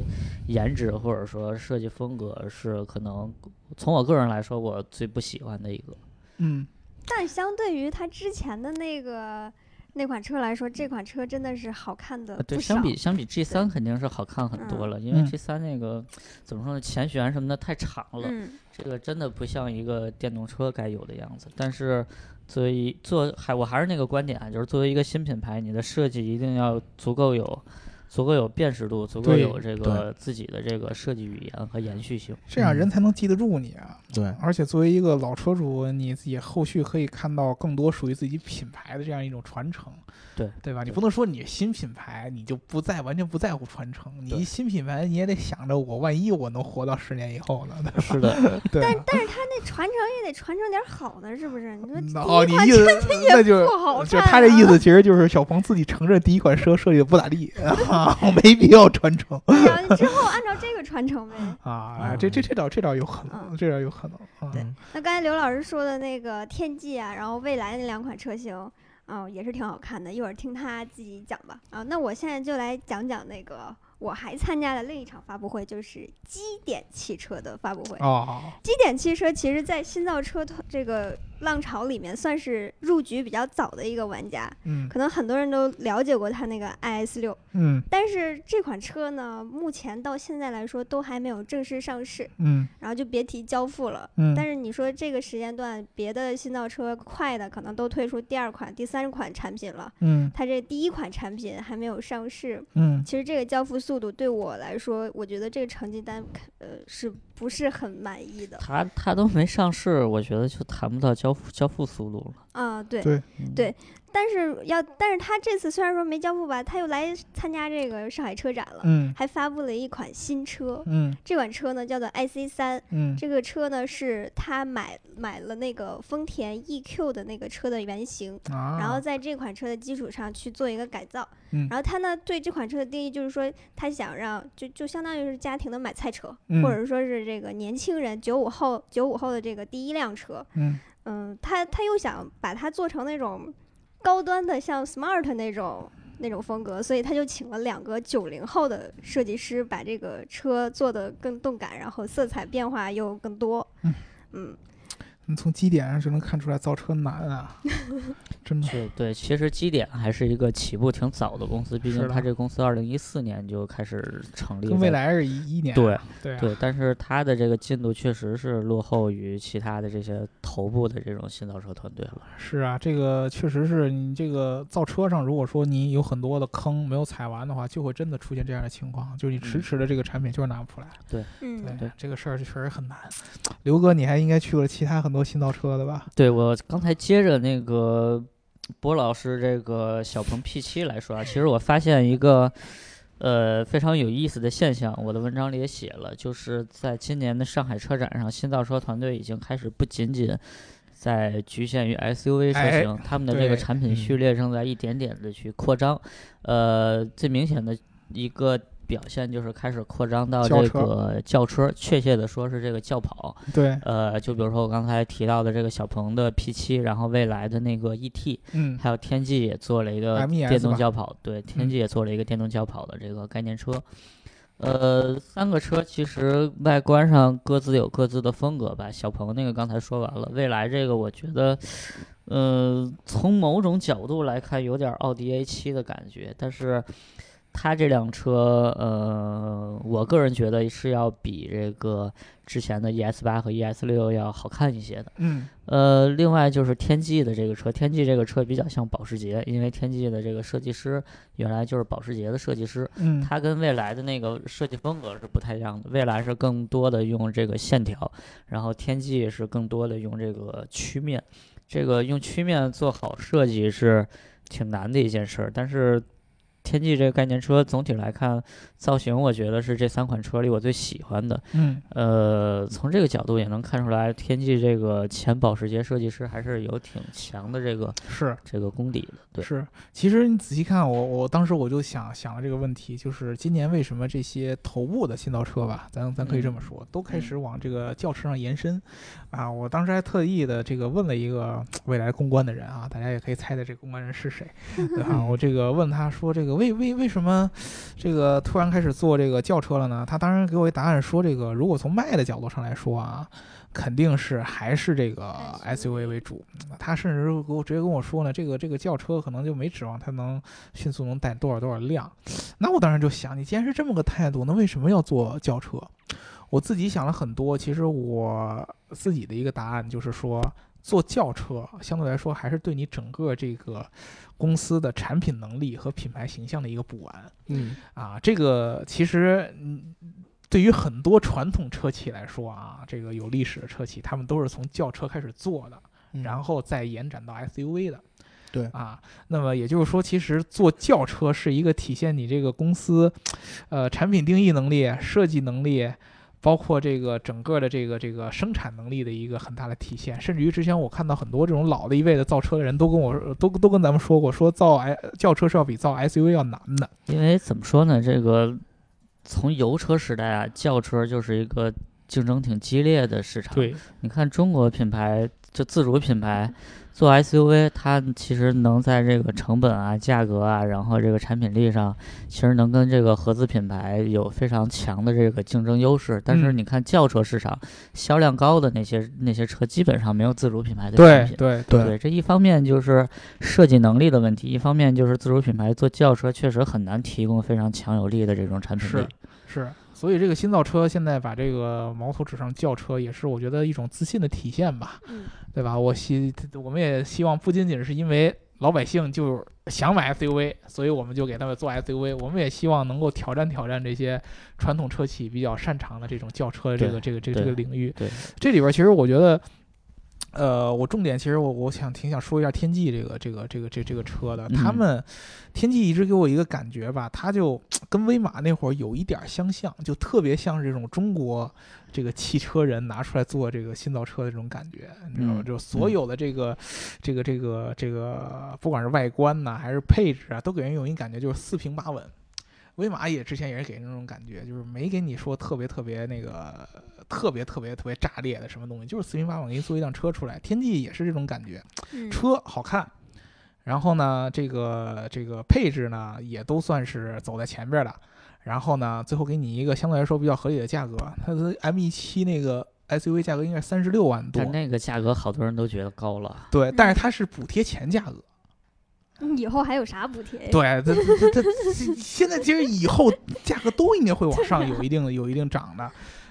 颜值或者说设计风格是可能从我个人来说我最不喜欢的一个。嗯，但相对于它之前的那个那款车来说，这款车真的是好看的呃对，不相少。比相比 G 三肯定是好看很多嗯了，因为嗯 G 三那个怎么说呢，前悬什么的太长了，嗯，这个真的不像一个电动车该有的样子。但是作为做还我还是那个观点啊，就是作为一个新品牌，你的设计一定要足够有。足够有辨识度，足够对有这个自己的这个设计语言和延续性。这样人才能记得住你啊。对，而且作为一个老车主，你也后续可以看到更多属于自己品牌的这样一种传承，对对吧？你对不能说你新品牌你就不在完全不在乎传承，你对一新品牌你也得想着我万一我能活到十年以后呢，对吧是的， 对啊。那传承也得传承点好的，是不是？你说嗯第一哦，你款意车思那就是不好看、啊，就是他这意思，其实就是小鹏自己承认第一款车设计的不咋地， 啊，没必要传嗯承对 呀，之后按照这个传承呗。啊。这这这倒这倒有可能，嗯这倒有可能。啊对那刚才刘老师说的那个天际啊，然后未来那两款车型，哦，也是挺好看的。一会儿听他自己讲吧。啊，那我现在就来讲讲那个我还参加的另一场发布会，就是基点汽车的发布会。哦，基点汽车其实在新造车团这个浪潮里面算是入局比较早的一个玩家，嗯可能很多人都了解过它那个 iS 六，嗯但是这款车呢，目前到现在来说都还没有正式上市，嗯然后就别提交付了。嗯，但是你说这个时间段，别的新造车快的可能都推出第二款、第三款产品了，嗯它这第一款产品还没有上市。嗯其实这个交付速度对我来说，我觉得这个成绩单，呃，是不是很满意的？它它都没上市，我觉得就谈不到交付交付速度了。啊、对。对嗯对但是要，但是他这次虽然说没交付吧，他又来参加这个上海车展了，嗯还发布了一款新车。嗯这款车呢叫做 IC 三，嗯这个车呢是他买买了那个丰田 EQ 的那个车的原型，啊，然后在这款车的基础上去做一个改造。嗯然后他呢对这款车的定义就是说，他想让就就相当于是家庭的买菜车，嗯或者说是这个年轻人九五后九五后的这个第一辆车。嗯嗯，他他又想把它做成那种高端的，像 smart 那种那种风格，所以他就请了两个九零后的设计师，把这个车做得更动感，然后色彩变化又更多。嗯嗯你从基点上就能看出来造车难 啊，真的。是对，其实基点还是一个起步挺早的公司，毕是竟它的这公司二零一四年就开始成立，跟未。来是一一年啊，对对啊对，但是它的这个进度确实是落后于其他的这些头部的这种新造车团队了。是啊，这个确实是你这个造车上，如果说你有很多的坑没有踩完的话，就会真的出现这样的情况，就是你迟嗯迟的这个产品就是拿不出来。嗯，对这个事儿确实很难。刘哥，你还应该去过其他很多新造车的吧？对我刚才接着那个波老师这个小鹏 P 7来说啊，其实我发现一个呃非常有意思的现象，我的文章里也写了，就是在今年的上海车展上，新造车团队已经开始不仅仅。在局限于 SUV 车哎型，他们的这个对嗯产品序列正在一点点的去扩张。呃，最明显的一个表现就是开始扩张到轿这车个轿车，确切的说是这个轿跑。嗯对，呃，就比如说我刚才提到的这个小鹏的 P 7然后蔚来的那个 E ET，嗯还有天际也做了一个 MES 电动吧轿跑，对，天嗯际也做了一个电动轿跑的这个概念车。嗯呃，三个车其实外观上各自有各自的风格吧。小鹏那个刚才说完了，蔚来这个我觉得，呃，从某种角度来看有点奥迪 A 7的感觉，但是它这辆车，呃，我个人觉得是要比这个之前的 ES 8和 ES 6要好看一些的。嗯呃，另外就是天际的这个车，天际这个车比较像保时捷，因为天际的这个设计师原来就是保时捷的设计师，嗯，它跟蔚来的那个设计风格是不太一样的。蔚来是更多的用这个线条，然后天际是更多的用这个曲面。这个用曲面做好设计是挺难的一件事儿，但是天际这个概念车总体来看，造型我觉得是这三款车里我最喜欢的。嗯呃，从这个角度也能看出来，天际这个前保时捷设计师还是有挺强的这个是这个功底的。对，是。其实你仔细看我，我当时我就想想了这个问题，就是今年为什么这些头部的新造车吧，咱咱可以这嗯么说，都开嗯始往这个轿车上延伸啊。我当时还特意的这个问了一 啊个未来公关的人啊，大家也可以猜猜这个公关人是谁，对吧？我这个问他说这个个为为为什么这个突然开始做这个轿车了呢？他当然给我一答案说，这个如果从卖的角度上来说啊，肯定是还是这个 SUV 为主。他甚至给我直接跟我说呢，这个这个轿车可能就没指望它能迅速能带多少多少辆。那我当时就想，你既然是这么个态度，那为什么要做轿车？我自己想了很多，其实我自己的一个答案就是说，做轿车相对来说还是对你整个这个公司的产品能力和品牌形象的一个补完嗯，啊。这个其实嗯，对于很多传统车企来说啊，这个有历史的车企，他们都是从轿车开始做的，然后再延展到 SUV 的。嗯对啊，那么也就是说，其实做轿车是一个体现你这个公司，呃，产品定义能力、设计能力，包括这个整个的这个这个生产能力的一个很大的体现。甚至于之前我看到很多这种老的一辈的造车的人都跟我都都跟咱们说过，说造 i 轿车是要比造 SUV 要难的。因为怎么说呢，这个从油车时代啊，轿车就是一个竞争挺激烈的市场。，啊你看中国品牌就自主品牌嗯做 SUV，它其实能在这个成本啊、价格啊，然后这个产品力上，其实能跟这个合资品牌有非常强的这个竞争优势。但是嗯你看轿车市场，销量高的那些那些车，基本上没有自主品牌的产对品。对对对，这一方面就是设计能力的问题，一方面就是自主品牌做轿车确实很难提供非常强有力的这种产品是力。是，所以这个新造车现在把这个矛头指向轿车，也是我觉得一种自信的体现吧，嗯对吧？我希我们也希望不仅仅是因为老百姓就想买 SUV，所以我们就给他们做 SUV，我们也希望能够挑战挑战这些传统车企比较擅长的这种轿车的这对个这个这个这个对领域。对，这里边其实我觉得，呃，我重点其实我我想挺想说一下天际这个这个这个这这个车的，嗯他们、天际一直给我一个感觉吧，它就跟威马那会儿有一点儿相像，就特别像是这种中国这个汽车人拿出来做这个新造车的这种感觉，你知道吗？嗯就所有的这个、这个这个这个，不管是外观呐、还是配置啊，都给人有一感觉就是四平八稳。威马也之前也是给人那种感觉，就是没给你说特别特别那个特别特别特别炸裂的什么东西，就是四平八稳给你做一辆车出来。天际也是这种感觉，嗯，车好看，然后呢，这个这个配置呢也都算是走在前边儿的，然后呢，最后给你一个相对来说比较合理的价格，它的 M 1 7那个 SUV 价格应该是三十六万多但，那个价格好多人都觉得高了。对，但是它是补贴前价格。嗯以后还有啥补贴？对，它它它它现在其实以后价格都应该会往上有一定的有一定涨的。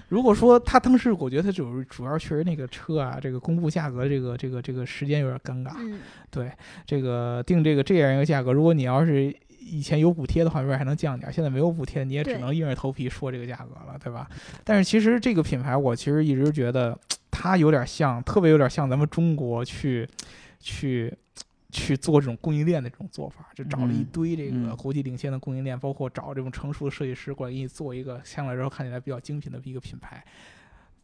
如果说它当时，我觉得它主主要确实那个车啊，这个公布价格这个这个这个时间有点尴尬。嗯，对，这个定这个这样一个价格，如果你要是以前有补贴的话，未来还能降点儿；现在没有补贴，你也只对能硬着头皮说这个价格了，对吧？但是其实这个品牌，我其实一直觉得它有点像，特别有点像咱们中国去去。去做这种供应链的这种做法，就找了一嗯堆这个嗯国际领先的供应链，包括找这种成熟的设计师过来给你做一个相对来说看起来比较精品的一个品牌。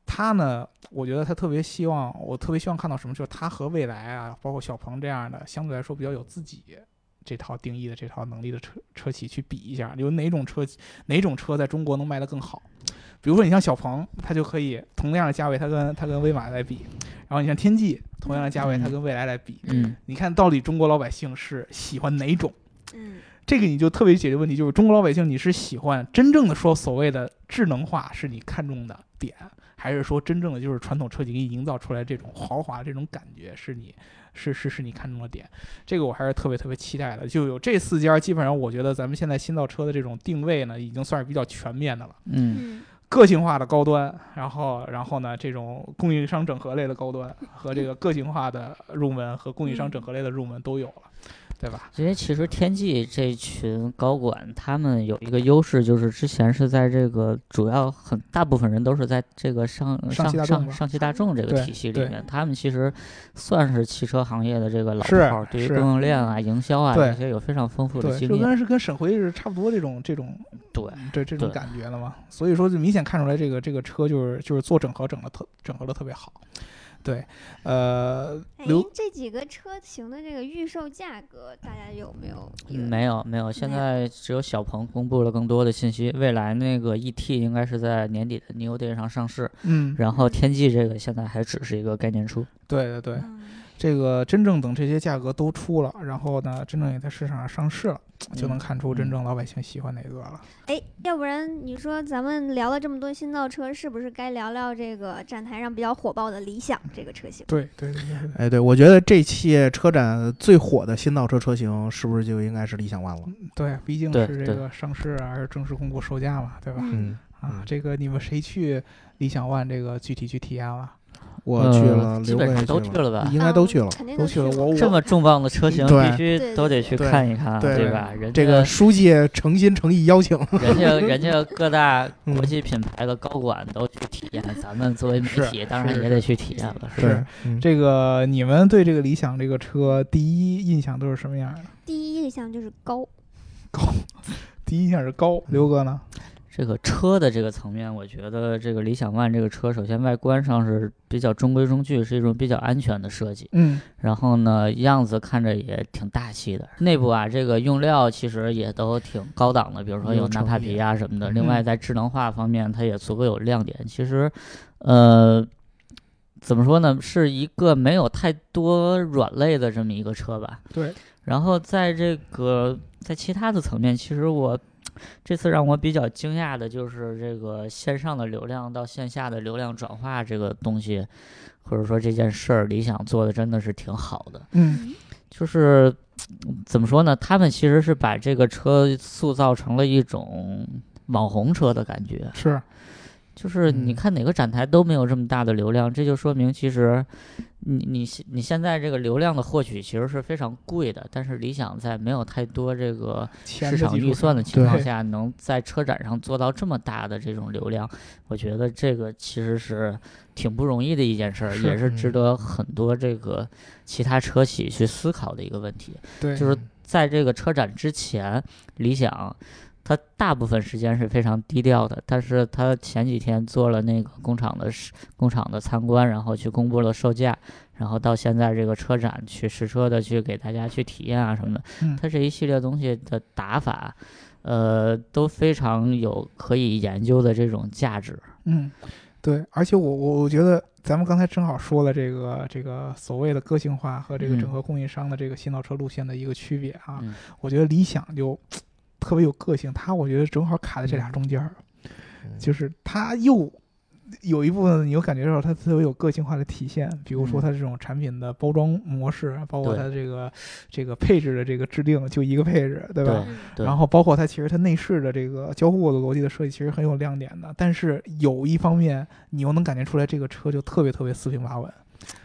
他呢，我觉得他特别希望，我特别希望看到什么，就是他和未来啊，包括小鹏这样的，相对来说比较有自己这套定义的这套能力的车车企去比一下，有哪种车哪种车在中国能卖得更好。比如说你像小鹏，它就可以同样的价位，它跟它跟威马来比，然后你像天际，同样的价位，它跟蔚来来比。嗯，你看到底中国老百姓是喜欢哪种？嗯，这个你就特别解决问题，就是中国老百姓你是喜欢真正的说所谓的智能化是你看重的点，还是说真正的就是传统车企给你营造出来这种豪华这种感觉是你 是是是你看中的点？这个我还是特别特别期待的。就有这四家，基本上我觉得咱们现在新造车的这种定位呢，已经算是比较全面的了。嗯，嗯，个性化的高端，然后然后呢，这种供应商整合类的高端和这个个性化的入门和供应商整合类的入门都有了，对吧？因为其实天际这群高管，他们有一个优势，就是之前是在这个主要很大部分人都是在这个上上汽大众上上吧上汽大众这个对体系里对面，他们其实算是汽车行业的这个老炮是儿，对于是嗯供应链啊、营销啊对这些有非常丰富的对，经就验。跟是跟沈辉是差不多这种这种对，这这种对感觉了嘛。所以说，就明显看出来这个这个车就是就是做整合整的特整合的特别好。对，呃，哎刘，这几个车型的这个预售价格，大家有没有一个？嗯没有没有，现没有在只有小鹏公布了更多的信息。未来那个 ET 应该是在年底的 E New Day 上上市，嗯，然后嗯天际这个现在还只是一个概念车。对对对，嗯这个真正等这些价格都出了，然后呢，真正也在市场上上市了，嗯就能看出真正老百姓喜欢哪个了。哎，要不然你说咱们聊了这么多新造车，是不是该聊聊这个站台上比较火爆的理想这个车型？对对对对对，哎，对，我觉得这期车展最火的新造车车型是不是就应该是理想 ONE 了？对，毕竟对是这对个上市啊还是正式公布售价嘛，对吧？嗯，啊嗯，这个你们谁去理想 ONE 这个具体去体验了？我去呃了，基刘本哥上也都去去了吧。应该都去了嗯。肯定都去去了，我这么重磅的车型对必须都得去对看一看，对对吧？人这家个书记诚心诚意邀请， 人家人家各大嗯国际品牌的高管都去体验，咱们作为媒是体是当然也是得去体验了，是是对，嗯这个你们对这个理想这个车第一印象都是什么样的？第一印象就是高，第一印象是高，刘哥呢？这个车的这个层面，我觉得这个理想 ONE 这个车，首先外观上是比较中规中矩，是一种比较安全的设计。嗯，然后呢，样子看着也挺大气的。内部啊，这个用料其实也都挺高档的，比如说有有纳诚帕意皮啊什么的。嗯另外，在智能化方面，它也足够有亮点。其实，呃，怎么说呢，是一个没有太多软肋的这么一个车吧。对，然后在这个在其他的层面，其实我这次让我比较惊讶的就是这个线上的流量到线下的流量转化这个东西，或者说这件事儿，理想做的真的是挺好的。嗯就是嗯怎么说呢？他们其实是把这个车塑造成了一种网红车的感觉，是，就是你嗯看哪个展台都没有这么大的流量，这就说明其实你你现你现在这个流量的获取其实是非常贵的，但是理想在没有太多这个钱市的场基础预算的情对况下，能在车展上做到这么大的这种流量，我觉得这个其实是挺不容易的一件事儿，是也是值嗯得很多这个其他车企去思考的一个问题。对，就是在这个车展之前，理想它大部分时间是非常低调的，但是它前几天做了那个工厂的试工厂的参观，然后去公布了售价，然后到现在这个车展去实车的去给大家去体验啊什么的，嗯它这一系列东西的打法。呃，都非常有可以研究的这种价值。嗯，对，而且我我我觉得咱们刚才正好说了这个这个所谓的个性化和这个嗯整合供应商的这个新造车路线的一个区别啊，嗯我觉得理想就特别有个性，它我觉得正好卡在这俩中间儿，嗯就是它又。有一部分你又感觉到它特别有个性化的体现，比如说嗯它这种产品的包装模式，啊包括对它这个这个配置的这个制定，就一个配置，对吧？对嗯对然后包括它其实它内饰的这个交互的逻辑的设计其实很有亮点的，但是有一方面你又能感觉出来这个车就特别特别四平八稳，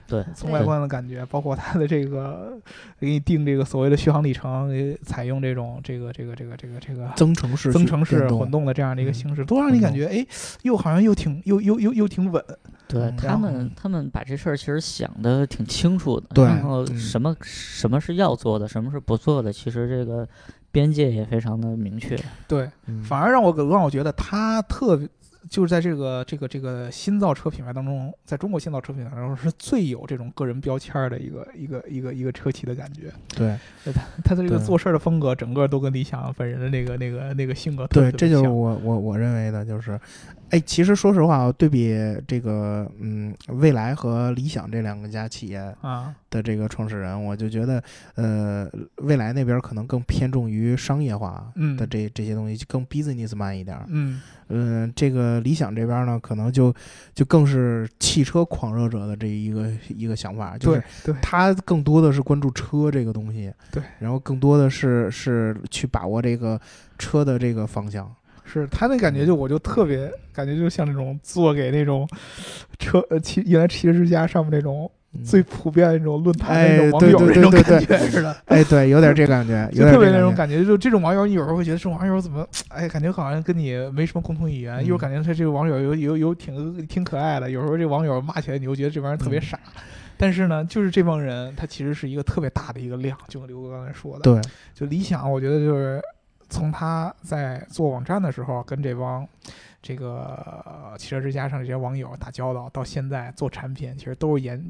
对，从外观的感觉，包括它的这个给你定这个所谓的续航里程，也采用这种这个这个这个这个这个。增程式增程式电动混动的这样的一个嗯形式，都让你感觉哎，又好像又挺又又又又挺稳，对嗯他然后们，他们把这事儿其实想的挺清楚的。对然后嗯什么什么是要做的，什么是不做的，其实这个边界也非常的明确。对，嗯反而让我让我觉得它特别就是在这个这个这个新造车品牌当中，在中国新造车品牌当中是最有这种个人标签儿的一个一个一个一个车企的感觉。对它的这个对做事儿的风格，整个都跟理想本人的那个那个那个性格特别对，特这别就是像我我我认为的，就是，哎，其实说实话啊，对比这个嗯，蔚来和理想这两个家企业啊，的这个创始人，我就觉得呃，蔚来那边可能更偏重于商业化。嗯的这这些东西就更 business man 一点儿，嗯嗯，这个理想这边呢，可能就就更是汽车狂热者的这一个一个想法，就是对对他更多的是关注车这个东西，对，然后更多的是是去把握这个车的这个方向，是他那感觉就我就特别感觉就像那种做给那种车呃汽原来汽车之家上面那种嗯最普遍的那种论坛的那哎种网对友对那对种对感对觉似的。哎，对，有点这感 觉，就有点特别这那种觉。感觉，就这种网友，你有时候会觉得这种网友怎么，哎，感觉好像跟你没什么共同语言；，嗯一会儿感觉他这个网友有有有挺挺可爱的，有时候这网友骂起来，你又觉得这帮人特别嗯傻。但是呢，就是这帮人，他其实是一个特别大的一个量，就跟刘哥刚才说的，，对，就理想，我觉得就是从他在做网站的时候，跟这帮这个汽车之家上这些网友打交道，到现在做产品，其实都是延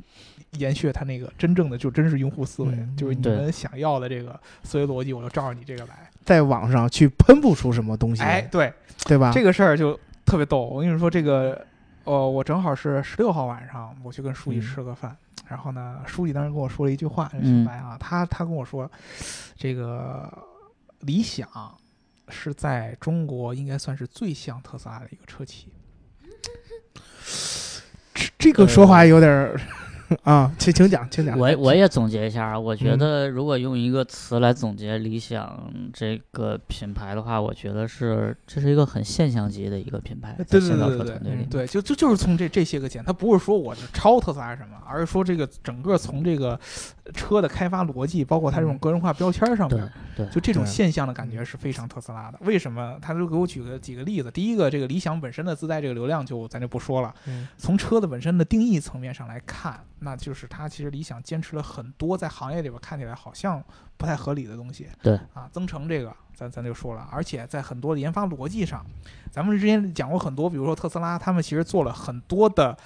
延续他那个真正的就真是用户思维，嗯就是你对们想要的这个思维逻辑，我就照着你这个来。在网上去喷不出什么东西，哎，对，对吧？这个事儿就特别逗。我跟你说，这个，呃，我正好是十六号晚上，我去跟书记嗯吃个饭，然后呢，书记当时跟我说了一句话，这嗯小白啊，他他跟我说，这个理想是在中国应该算是最像特斯拉的一个车企。这这个说话有点儿啊，请请讲，请讲。我我也总结一下啊，我觉嗯得如果用一个词来总结理想这个品牌的话，我觉得是这是一个很现象级的一个品牌，在呃对对先导对车对团对队里嗯。对，就就就是从这这些个点，它不是说我是超特斯拉什么，而是说这个整个从这个呃车的开发逻辑，包括它这种嗯个人化标签上面对，对，就这种对现象的感觉是非常特斯拉的。为什么？他就给我举个几个例子。第一个，这个理想本身的自带这个流量就咱就不说了。嗯从车的本身的定义层面上来看，那就是它其实理想坚持了很多在行业里边看起来好像不太合理的东西。对啊，增程这个咱咱就说了，而且在很多的研发逻辑上，咱们之前讲过很多，比如说特斯拉，他们其实做了很多的。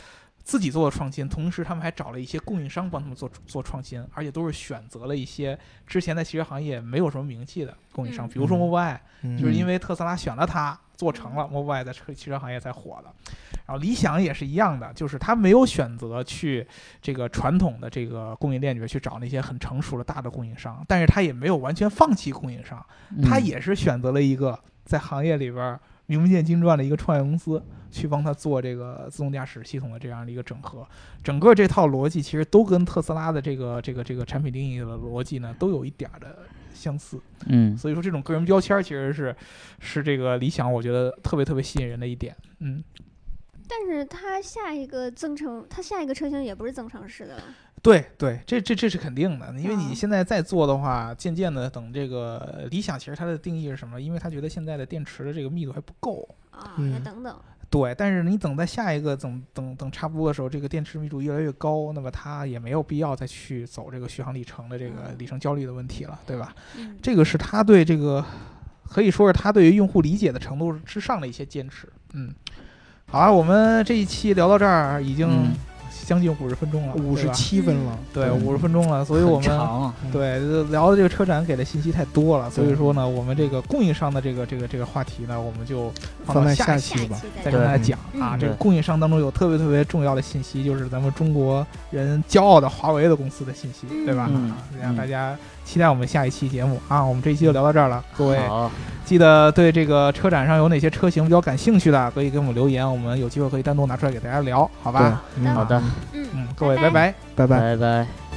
自己做的创新，同时他们还找了一些供应商帮他们做做创新，而且都是选择了一些之前在汽车行业没有什么名气的供应商，嗯比如说嗯 Mobileye，嗯就是因为特斯拉选了它，做成了 Model Y 在车汽车行业才火的。然后理想也是一样的，就是它没有选择去这个传统的这个供应链里面去找那些很成熟的大的供应商，但是它也没有完全放弃供应商，它嗯也是选择了一个在行业里边儿名不见经传的一个创业公司，去帮它做这个自动驾驶系统的这样的一个整合。整个这套逻辑其实都跟特斯拉的这个这个这个产品定义的逻辑呢，都有一点儿的相似。嗯所以说这种个人标签儿其实是是这个理想，我觉得特别特别吸引人的一点。嗯，但是它下一个增程，它下一个车型也不是增程式的了。对对，这这这是肯定的，因为你嗯现在再做的话，渐渐的等这个理想，其实它的定义是什么？因为它觉得现在的电池的这个密度还不够。啊，嗯要等等。对，但是你等在下一个等等等差不多的时候，这个电池密度越来越高，那么它也没有必要再去走这个续航里程的这个里程焦虑的问题了，对吧？嗯，这个是他对这个可以说是他对于用户理解的程度之上的一些坚持。嗯，好啊，我们这一期聊到这儿已经嗯将近五十分钟了，五十七分了，对吧，嗯五十分钟了，所以我很们。长啊对聊的这个车展给的信息太多了，所以对说呢，我们这个供应商的这个这个这个话题呢，我们就放放在到下一期嗯下吧期再再跟对大家讲啊。嗯这个对供应商当中有特别特别重要的信息，就是咱们中国人骄傲的华为的公司的信息，对吧？嗯啊让大家期待我们下一期节目啊！我们这一期就聊到这儿了，各位好，记得对这个车展上有哪些车型比较感兴趣的，可以给我们留言，我们有机会可以单独拿出来给大家聊，好吧？对，嗯好好的，嗯嗯，各位拜拜拜拜拜。拜拜。